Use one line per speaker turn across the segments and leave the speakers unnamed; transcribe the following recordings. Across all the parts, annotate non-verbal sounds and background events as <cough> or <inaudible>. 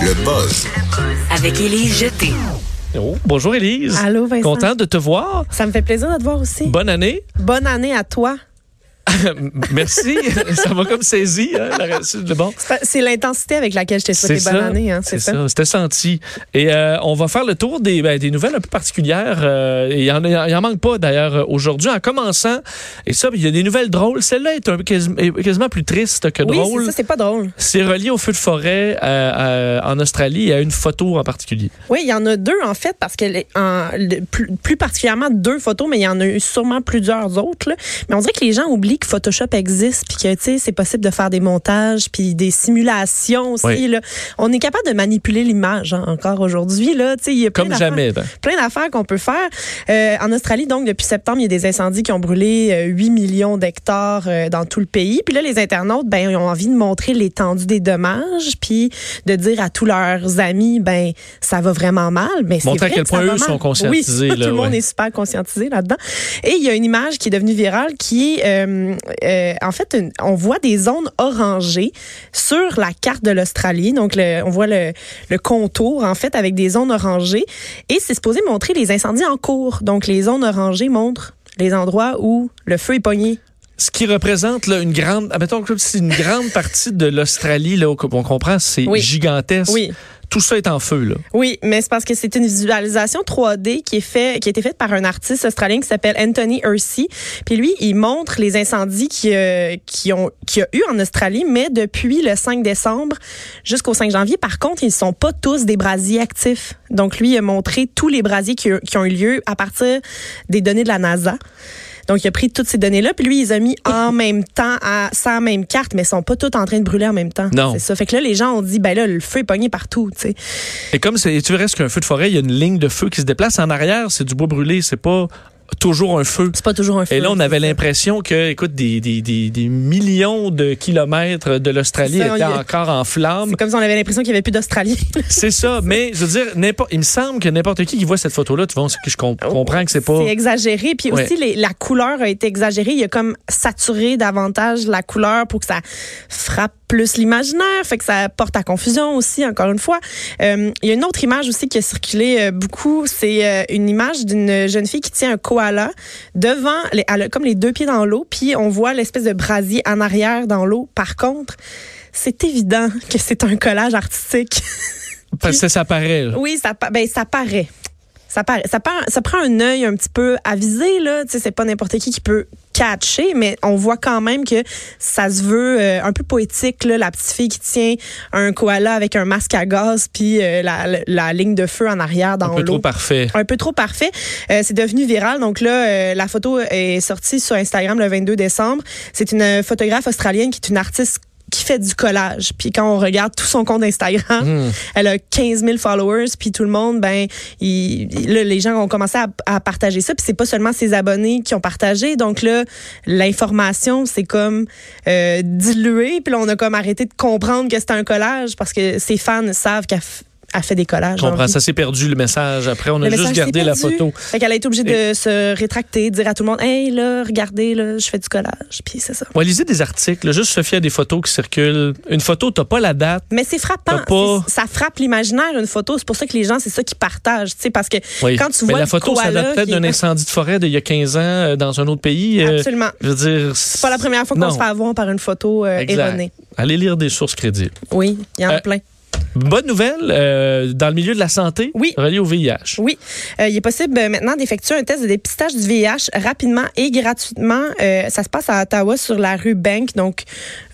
Le buzz
avec Élise Jeté.
Oh, bonjour Élise.
Allô, Ah, Vincent.
Content de te voir.
Ça me fait plaisir de te voir aussi.
Bonne année. <laughs>
Bonne année à toi.
M- Merci. <laughs> ça m'a comme saisi. hein, la- le bon.
C'est- C'est l'intensité avec laquelle je t'ai souhaité bonne année, hein, c'est ça?
C'était senti. Et euh, on va faire le tour des, ben, des nouvelles un peu particulières. euh, et il y en, a- il en manque pas d'ailleurs euh, aujourd'hui. En commençant, et ça, il y a des nouvelles drôles. Celle-là est un, peu quasi- est quasiment plus triste que
Oui, c'est
drôle.
ça, c'est pas drôle.
C'est relié au feu de forêt euh, euh, en Australie et à une photo en particulier.
Oui, il y en a deux, en fait, parce que les- en- le- plus, plus particulièrement deux photos, mais il y en a eu sûrement plusieurs autres. là. Mais on dirait que les gens oublient que Photoshop existe, puis que, tu sais, c'est possible de faire des montages, puis des simulations aussi.
Oui.
là. On est capable de manipuler l'image hein, encore aujourd'hui. là. Tu sais, il y a plein
Comme
d'affaires-
jamais. ben.
plein d'affaires qu'on peut faire. Euh, en Australie, donc, depuis septembre, il y a des incendies qui ont brûlé euh, 8 millions d'hectares euh, dans tout le pays. Puis là, les internautes, ben, ils ont envie de montrer l'étendue des dommages, puis de dire à tous leurs amis, ben, ça va vraiment mal. Mais c'est
Montrer à
vrai
quel
que ça
point
va
eux
mal.
sont conscientisés,
Oui, <laughs>
là,
tout le monde
ouais.
est super conscientisé là-dedans. Et il y a une image qui est devenue virale qui est, euh, euh, en fait, une- on voit des zones orangées sur la carte de l'Australie. Donc, le- on voit le, le contour, en fait, avec des zones orangées. Et c'est supposé montrer les incendies en cours. Donc, les zones orangées montrent les endroits où le feu est pogné.
Ce qui représente là, une grande, admettons que c'est une grande partie de l'Australie, là, on comprend, c'est
Oui.
gigantesque.
Oui.
Tout ça est en feu, là.
Oui, mais c'est parce que c'est une visualisation 3D qui est fait, qui a été faite par un artiste australien qui s'appelle Anthony Hersey. Puis lui, il montre les incendies qui, euh, qui ont, qu'il y a eu en Australie, mais depuis le 5 décembre jusqu'au 5 janvier. Par contre, ils ne sont pas tous des brasiers actifs. Donc lui, il a montré tous les brasiers qui, qui ont eu lieu à partir des données de la NASA. Donc, il a pris toutes ces données-là, puis lui, il les a mis en même temps, à, sans même carte, mais ils sont pas toutes en train de brûler en même temps.
Non.
C'est ça. Fait que là, les gens ont dit, ben là, le feu est pogné partout, tu sais.
Et comme c'est, tu verrais ce qu'un feu de forêt, il y a une ligne de feu qui se déplace en arrière, c'est du bois brûlé, c'est pas toujours un feu.
C'est pas toujours un feu.
Et là, on avait l'impression que, écoute, des, des, des, des millions de kilomètres de l'Australie
C'est ça,
étaient
on y-
encore en
<laughs>
flammes.
C'est comme si on avait l'impression qu'il n'y avait plus d'Australie.
C'est ça, mais je veux dire, n'importe, il me semble que n'importe qui qui voit cette photo-là, tu vois, c'est que je
<laughs>
com- comprends que c'est pas.
Oh, C'est exagéré. Puis
Ouais.
aussi, les- la couleur a été exagérée. Il a comme saturé davantage la couleur pour que ça frappe plus l'imaginaire. Fait que ça porte à confusion aussi, encore une fois. Euh, il y a une autre image aussi qui a circulé euh, beaucoup. C'est euh, une image d'une jeune fille qui tient un koala devant, les, elle a comme les deux pieds dans l'eau. Puis on voit l'espèce de brasier en arrière dans l'eau. Par contre, c'est évident que c'est un collage artistique.
Parce que ça paraît, là.
Oui, ça, pa- ben, ça paraît. Ça, paraît. Ça, par- ça prend un œil un petit peu avisé, là. Tu sais, c'est pas n'importe qui qui peut catcher, mais on voit quand même que ça se veut euh, un peu poétique, là, la petite fille qui tient un koala avec un masque à gaz, puis euh, la, la- la ligne de feu en arrière dans
Un peu trop
l'eau.
parfait.
Un peu trop parfait. Euh, c'est devenu viral. Donc là, euh, la photo est sortie sur Instagram le 22 décembre. C'est une euh, photographe australienne qui est une artiste qui fait du collage. Puis quand on regarde tout son compte Instagram,
Hmm.
elle a 15 000 followers. Puis tout le monde, ben, il- il- là, les gens ont commencé à, à partager ça. Puis c'est pas seulement ses abonnés qui ont partagé. Donc là, l'information, c'est comme euh, diluée. Puis là, on a comme arrêté de comprendre que c'était un collage parce que ses fans savent qu'elle f- elle fait des collages.
Je
en
comprends,
vie.
ça s'est perdu le message. Après, on a
Le
juste
message s'est
gardé la
perdu.
photo.
Fait qu'elle a été obligée de se rétracter, dire à tout le monde Hey, là, regardez, là, je fais du collage. Puis c'est ça.
Moi, lisez des articles, là, juste se fier à des photos qui circulent. Une photo, t'as pas la date.
Mais c'est frappant.
T'as pas-
C'est- Ça frappe l'imaginaire, une photo. C'est pour ça que les gens, c'est ça qu'ils partagent. tu sais, Parce que
Oui.
quand tu
Mais
vois.
la
le
photo, ça
koala
date peut-être
qui est-
d'un incendie de forêt d'il y a 15 ans euh, dans un autre pays. euh,
Absolument.
je veux dire.
C'est pas la première fois qu'on
non.
se fait avoir par une photo euh,
Exact.
erronée.
Allez lire des sources crédibles.
Oui, il y en a
Euh,
plein.
Bonne nouvelle euh, dans le milieu de la santé
Oui.
relié au VIH.
Oui, Euh, il est possible euh, maintenant d'effectuer un test de dépistage du VIH rapidement et gratuitement. Euh, ça se passe à Ottawa sur la rue Bank, donc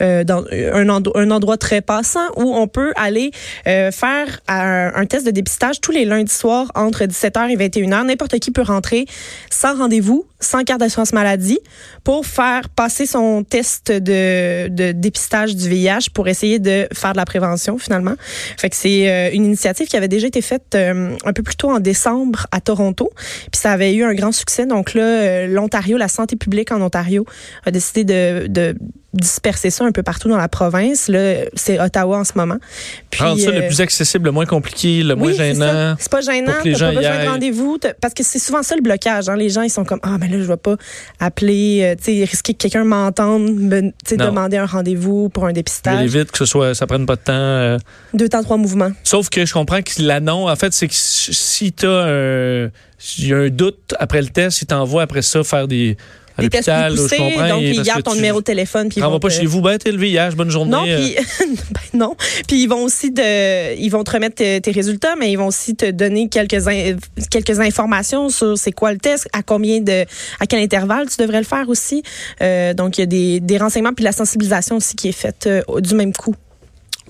euh, dans un, endo- un endroit très passant où on peut aller euh, faire un, un test de dépistage tous les lundis soirs entre 17h et 21h. N'importe qui peut rentrer sans rendez-vous, sans carte d'assurance maladie, pour faire passer son test de, de dépistage du VIH pour essayer de faire de la prévention finalement. Fait que c'est euh, une initiative qui avait déjà été faite euh, un peu plus tôt en décembre à Toronto, puis ça avait eu un grand succès. Donc là, euh, l'Ontario, la santé publique en Ontario a décidé de, de disperser ça un peu partout dans la province. Là, c'est Ottawa en ce moment. Puis,
Rendre Ah, ça le
euh,
plus accessible, le moins compliqué, le moins
oui, c'est
gênant.
ça. C'est pas gênant,
pour que les
t'as
gens
pas
y
besoin
aillent.
de rendez-vous. t'as- Parce que c'est souvent ça le blocage. hein. Les gens, ils sont comme, ah, mais là, je vais pas appeler, euh, tu sais, risquer que quelqu'un m'entende, me- tu sais,
Non.
demander un rendez-vous pour
Je veux
un
aller
dépistage.
vite, que ce soit, ça prenne pas de temps. euh.
Deux temps, trois mouvements.
Sauf que je comprends que l'annonce, en fait, c'est que si si t'as un, s'il y a un doute après le test, ils t'envoient après ça faire des, à
Des tests plus
l'hôpital, je
poussés,
comprends.
donc
et-
ils
parce
gardent
que
ton
tu-
numéro de téléphone. puis ils
t'en vas
vont
pas
te-
chez vous, ben t'es le VIH, bonne journée.
Non,
euh,
puis <laughs> ben non. Puis ils vont aussi de, ils vont te remettre tes, tes résultats, mais ils vont aussi te donner quelques in- quelques informations sur c'est quoi le test, à combien de, à quel intervalle tu devrais le faire aussi. Euh, donc il y a des, des renseignements puis de la sensibilisation aussi qui est faite euh, du même coup.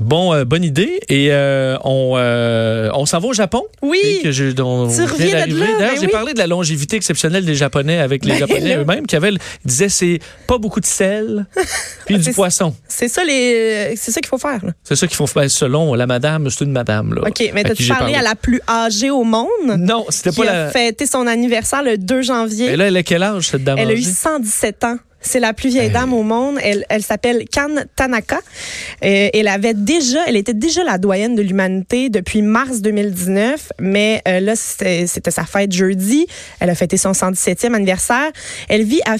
Bon, euh, bonne idée. Et euh, on, euh, on s'en va au Japon.
Oui.
Et que j'ai- on-
Tu
on
reviens
vient
de
d'arriver.
là,
D'ailleurs,
ben
j'ai
oui.
parlé de la longévité exceptionnelle des Japonais avec les
Ben
Japonais
là.
eux-mêmes qui avaient, le- ils disaient c'est pas beaucoup de
<laughs>
sel puis du
C'est-
poisson.
C'est ça les, c'est ça qu'il faut faire. là.
C'est ça qu'ils font ben, selon la madame, c'est une madame là.
Ok, mais
Oh, à qui
t'as-tu
j'ai
parlé à la plus âgée au monde
Non, c'était
qui
pas
a
la.
fêté son anniversaire le 2 janvier?
Mais là, elle a quel âge cette dame
Elle a eu
âgée?
117 ans. C'est la plus vieille dame au monde. Elle, elle s'appelle Kan Tanaka. Euh, elle avait déjà, elle était déjà la doyenne de l'humanité depuis mars 2019, mais euh, là c'était c'était sa fête jeudi. Elle a fêté son 117e anniversaire. Elle vit à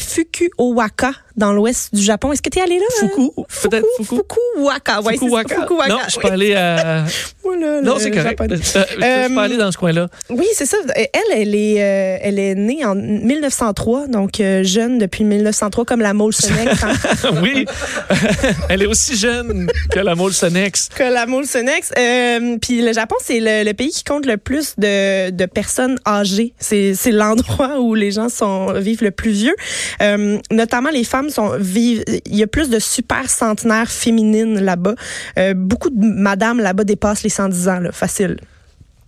Fukuoka dans l'ouest du Japon. Est-ce que tu es allée là hein?
Fuku, peut-être Fuku.
Fukuoka. Ah Ouais, c'est ça,
Fukuoka.
Fukuoka.
Non, je suis pas allé
<laughs>
à.
Oui, là,
Non,
le
c'est correct.
japonais.
Euh, Je je suis pas allé dans ce
<laughs>
coin-là.
Oui, c'est ça. Elle, elle est, euh, elle est née en 1903, donc euh, jeune depuis 1903, comme la Mole Sonex. hein.
oui. <laughs> elle est aussi jeune que la moule Sonex.
que la Mole Sonex. Euh, Puis le Japon, c'est le, le pays qui compte le plus de, de personnes âgées. C'est c'est l'endroit où les gens sont vivent le plus vieux. Euh, notamment, les femmes sont vivent. Il y a plus de super centenaires féminines là-bas. Euh, beaucoup de madames là-bas dépassent les 110 ans, là, facile.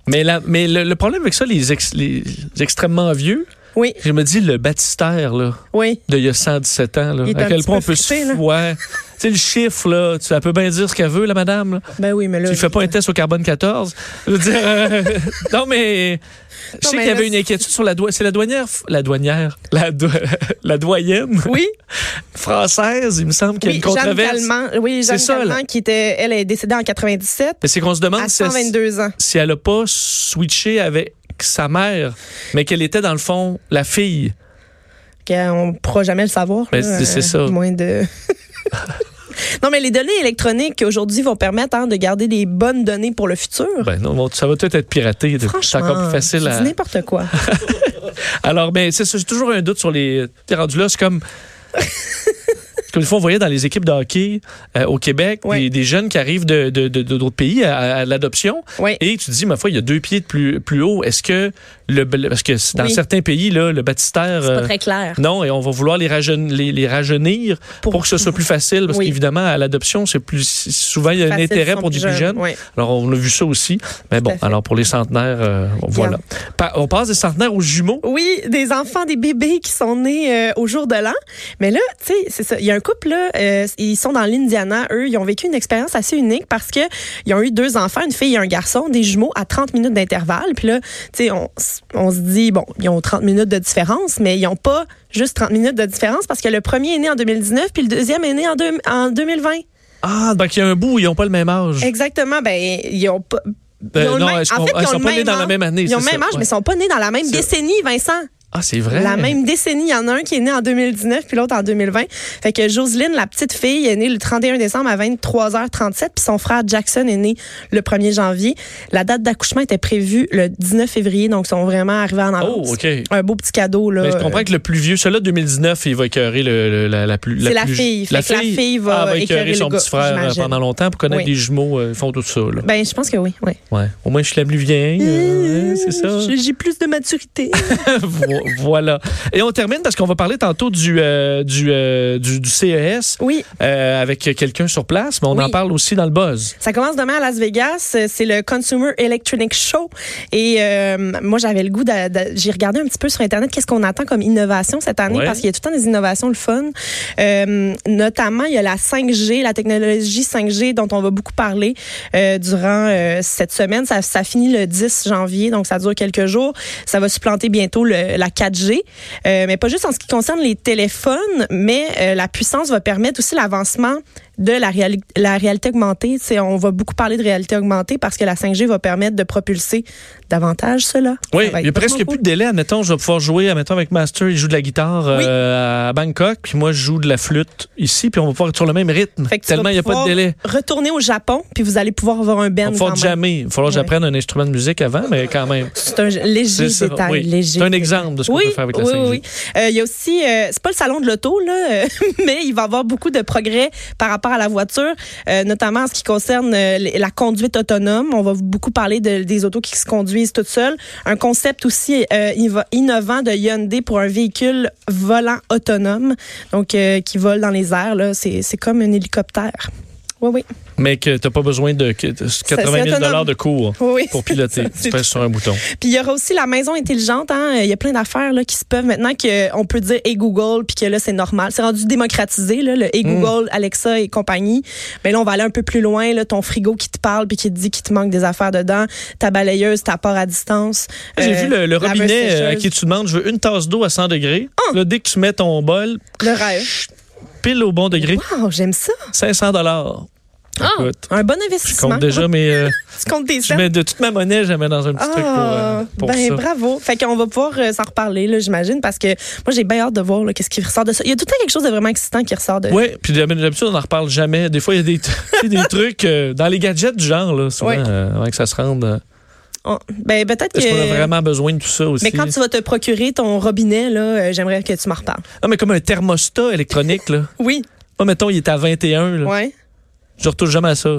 Mais, la, mais le, le problème avec ça, les, ex- les extrêmement vieux,
Oui,
je me dis le baptistère là,
oui.
de il y a 117 ans, là,
Il est
à
un
quel
petit
point
peu
on peut
frité,
se...
là.
Ouais. tu sais, le chiffre, là, tu, elle peut bien dire ce qu'elle veut, la madame. Là.
Ben oui, mais là.
Tu fais pas un test au carbone 14. Je veux dire, euh, <laughs> non, mais je
Non,
sais qu'il
mais
y
là,
avait une
c'est-
inquiétude sur la douane. C'est la douanière, f- la douanière, la, do- <laughs> la doyenne
Oui.
française, il me semble qu'il y a
Oui,
une
Jeanne
controverse.
Calment, oui,
C'est
Jeanne
ça,
Calment, qui était, elle est décédée en 97
Mais c'est qu'on se demande
à
si elle,
122 ans.
si elle a pas switché avec sa mère, mais qu'elle était dans le fond la fille.
qu'on- On ne pourra jamais le savoir.
Ben,
là,
c'est- c'est ça.
euh, Moins de.
<laughs>
non, mais les données électroniques aujourd'hui vont permettre hein, de garder des bonnes données pour le futur.
Ben non, bon, ça va tout être piraté. C'est
Franchement,
encore plus facile
tu
à.
dis n'importe quoi.
Alors, mais c'est ça, j'ai toujours un doute sur les. T'es rendu là, c'est
<laughs>
comme. Comme une fois, on voyait dans les équipes de hockey euh, au Québec
Ouais.
des, des jeunes qui arrivent de de- de- de- d'autres pays à, à l'adoption.
Ouais.
Et tu te dis, ma foi, il y a deux pieds de plus, plus haut. Est-ce que. Le, le- parce que c'est- dans
Oui.
certains pays, là, le baptistère.
C'est pas
euh,
très clair.
non, et on va vouloir les, rajeun- les, les rajeunir pour,
Pour-
que ce soit plus facile, parce
Oui.
qu'évidemment, à l'adoption, c'est plus souvent il y a un
Facile,
intérêt
sont
pour du plus jeune.
ouais.
Alors, on a vu ça aussi. Mais bon,
à fait.
alors pour les centenaires, euh, bon, voilà. Pa- on passe des centenaires aux jumeaux.
Oui, des enfants, des bébés qui sont nés euh, au jour de l'an. Mais là, tu sais, c'est ça. Il y a un couple, là, euh, ils sont dans l'Indiana, eux. Ils ont vécu une expérience assez unique parce que ils ont eu deux enfants, une fille et un garçon, des jumeaux à 30 minutes d'intervalle. Puis là, tu sais, on, s- on se dit, bon, ils ont 30 minutes de différence, mais ils n'ont pas juste 30 minutes de différence parce que le premier est né en 2019 puis le deuxième est né en, deux- en 2020.
Ah, donc il y a un bout où ils n'ont pas le même âge.
Exactement. Ben, ils ont pas.
Euh,
ils ont le
non,
même-
est-ce
en
qu'on-
fait,
ils
ils ont
sont
le
pas nés dans
âge.
la même année,
Ils ont
c'est
le même
ça,
âge,
ouais.
mais ils sont pas nés dans la même
C'est-
décennie, Vincent.
Ah, c'est vrai.
La même décennie, il y en a un qui est né en 2019 puis l'autre en 2020. Fait que Jocelyne, la petite fille, est née le 31 décembre à 23h37 puis son frère Jackson est né le 1er janvier. La date d'accouchement était prévue le 19 février, donc ils sont vraiment arrivés en avance.
Oh, OK.
Un beau petit cadeau là.
Mais je comprends que le plus vieux, celui-là 2019, il va écœurer le, le- la, la plus.
C'est la
plus-
fille.
La
Fait que la
fille,
fille va
Ah,
écœurer
écœurer son
le
petit
gars,
frère euh,
j'imagine.
pendants longtemps pour connaître
Oui.
les jumeaux. euh, ils font tout ça. Là.
Ben, je pense que oui, oui.
Ouais. Au moins, je suis la plus vieille. euh, ouais, c'est ça.
J'ai j'ai plus de maturité.
<laughs> Vo- voilà. Et on termine parce qu'on va parler tantôt du, euh, du, euh, du, du CES
oui.
euh, avec quelqu'un sur place, mais on
Oui.
en parle aussi dans le buzz.
Ça commence demain à Las Vegas. Euh, C'est le Consumer Electronic Show. Et euh, moi, j'avais le goût. d'a- d'a- J'ai regardé un petit peu sur Internet qu'est-ce qu'on attend comme innovation cette année
Ouais.
parce qu'il y a tout le temps des innovations le fun. Euh, notamment, il y a la 5G, la technologie 5G dont on va beaucoup parler euh, durant euh, cette semaine. Ça, ça finit le 10 janvier, donc ça dure quelques jours. Ça va supplanter bientôt le- la 4G. Euh, mais pas juste en ce qui concerne les téléphones, mais euh, la puissance va permettre aussi l'avancement de la, réali- la réalité augmentée. Tu sais, on va beaucoup parler de réalité augmentée parce que la 5G va permettre de propulser davantage cela.
Oui,
Ça va
il y a
être
presque
vraiment
plus
cool.
de délai. Admettons, je vais pouvoir jouer admettons, avec Master, il joue de la guitare euh, à Bangkok, puis moi, je joue de la flûte ici, puis on va pouvoir être sur le même rythme.
Fait que tu
tellement
vas
il n'y a pas de
pouvoir
délai.
Retourner au Japon, puis vous allez pouvoir avoir un
On
band.
va pouvoir
quand même.
jammer. Il va falloir que
Ouais.
j'apprenne un instrument de musique avant, mais quand même.
C'est un léger
C'est ça,
détail.
oui.
léger
C'est un
détail.
exemple de ce qu'on
oui,
peut faire avec la
oui,
5G.
Oui, Euh, il y a aussi, euh, c'est pas le salon de l'auto, là, <laughs> euh, mais il va y avoir beaucoup de progrès par rapport à la voiture, euh, notamment en ce qui concerne euh, les- la conduite autonome. On va beaucoup parler de- des autos qui se conduisent toutes seules. Un concept aussi euh, inno- innovant de Hyundai pour un véhicule volant autonome, donc euh, qui vole dans les airs. Là, c'est c'est comme un hélicoptère. Oui, oui.
Mais que tu n'as pas besoin de que- de 80 000
autonome.
de cours
Oui, oui.
pour
<laughs>
piloter.
C'est
tu presses sur un bouton.
Puis il y aura aussi la maison intelligente. Hein? Il y a plein d'affaires là, qui se peuvent maintenant qu'on peut dire Hey Google, puis que là, c'est normal. C'est rendu démocratisé, là, le Hey
Mm.
Google, Alexa et compagnie. Mais là, on va aller un peu plus loin. Là, ton frigo qui te parle, puis qui te dit qu'il te manque des affaires dedans, ta balayeuse, ta part à distance.
J'ai
euh,
vu le, le
laveuse
robinet euh, à
sécheuse.
qui tu demandes, je veux une tasse d'eau à 100 degrés. Là, dès que tu mets ton bol,
Ah! Le rêve.
pile au bon degré,
Wow, Ah! j'aime ça.
500 dollars. Écoute,
Un bon
je
investissement.
compte déjà mais
<laughs> Tu comptes des
je
cents.
mets de toute ma monnaie, je la mets dans un petit truc pour, euh,
Ah,
pour
ben
ça.
bravo. Fait qu'on va pouvoir euh, s'en reparler là, j'imagine parce que moi j'ai bien hâte de voir là, qu'est-ce qui ressort de ça. Il y a tout le temps quelque chose de vraiment excitant qui ressort de
Oui, puis d'hab- d'habitude, on n'en reparle jamais. Des fois, il y a des, tu sais,
<laughs>
des trucs euh, dans les gadgets du genre, là, souvent,
Ouais.
euh, avant que ça se rende. euh,
On- Ben peut-être que
Est-ce qu'on a vraiment besoin de tout ça aussi?
Mais quand tu vas te procurer ton robinet, là, euh, j'aimerais que tu m'en reparles.
Non, Ah, mais comme un thermostat électronique, là.
Oui.
Moi, mettons, il est à 21, là.
Ouais.
Je retourne jamais à ça.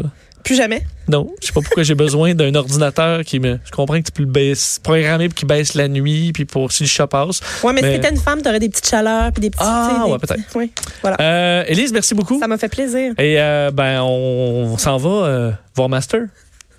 Plus jamais.
Non, je sais pas pourquoi j'ai besoin d'un ordinateur qui me. Je comprends que tu peux le baisser, programmer pour qu'il baisse la nuit, puis pour si le chat passe.
Ouais, mais,
Mais-
si t'étais une femme, t'aurais des petites chaleurs puis des petits.
Ah,
tu sais, des
ouais,
petits-
peut-être.
ouais. Voilà.
Euh, Élise, merci beaucoup.
Ça m'a fait plaisir.
Et euh, ben, on, on s'en va euh, voir Master.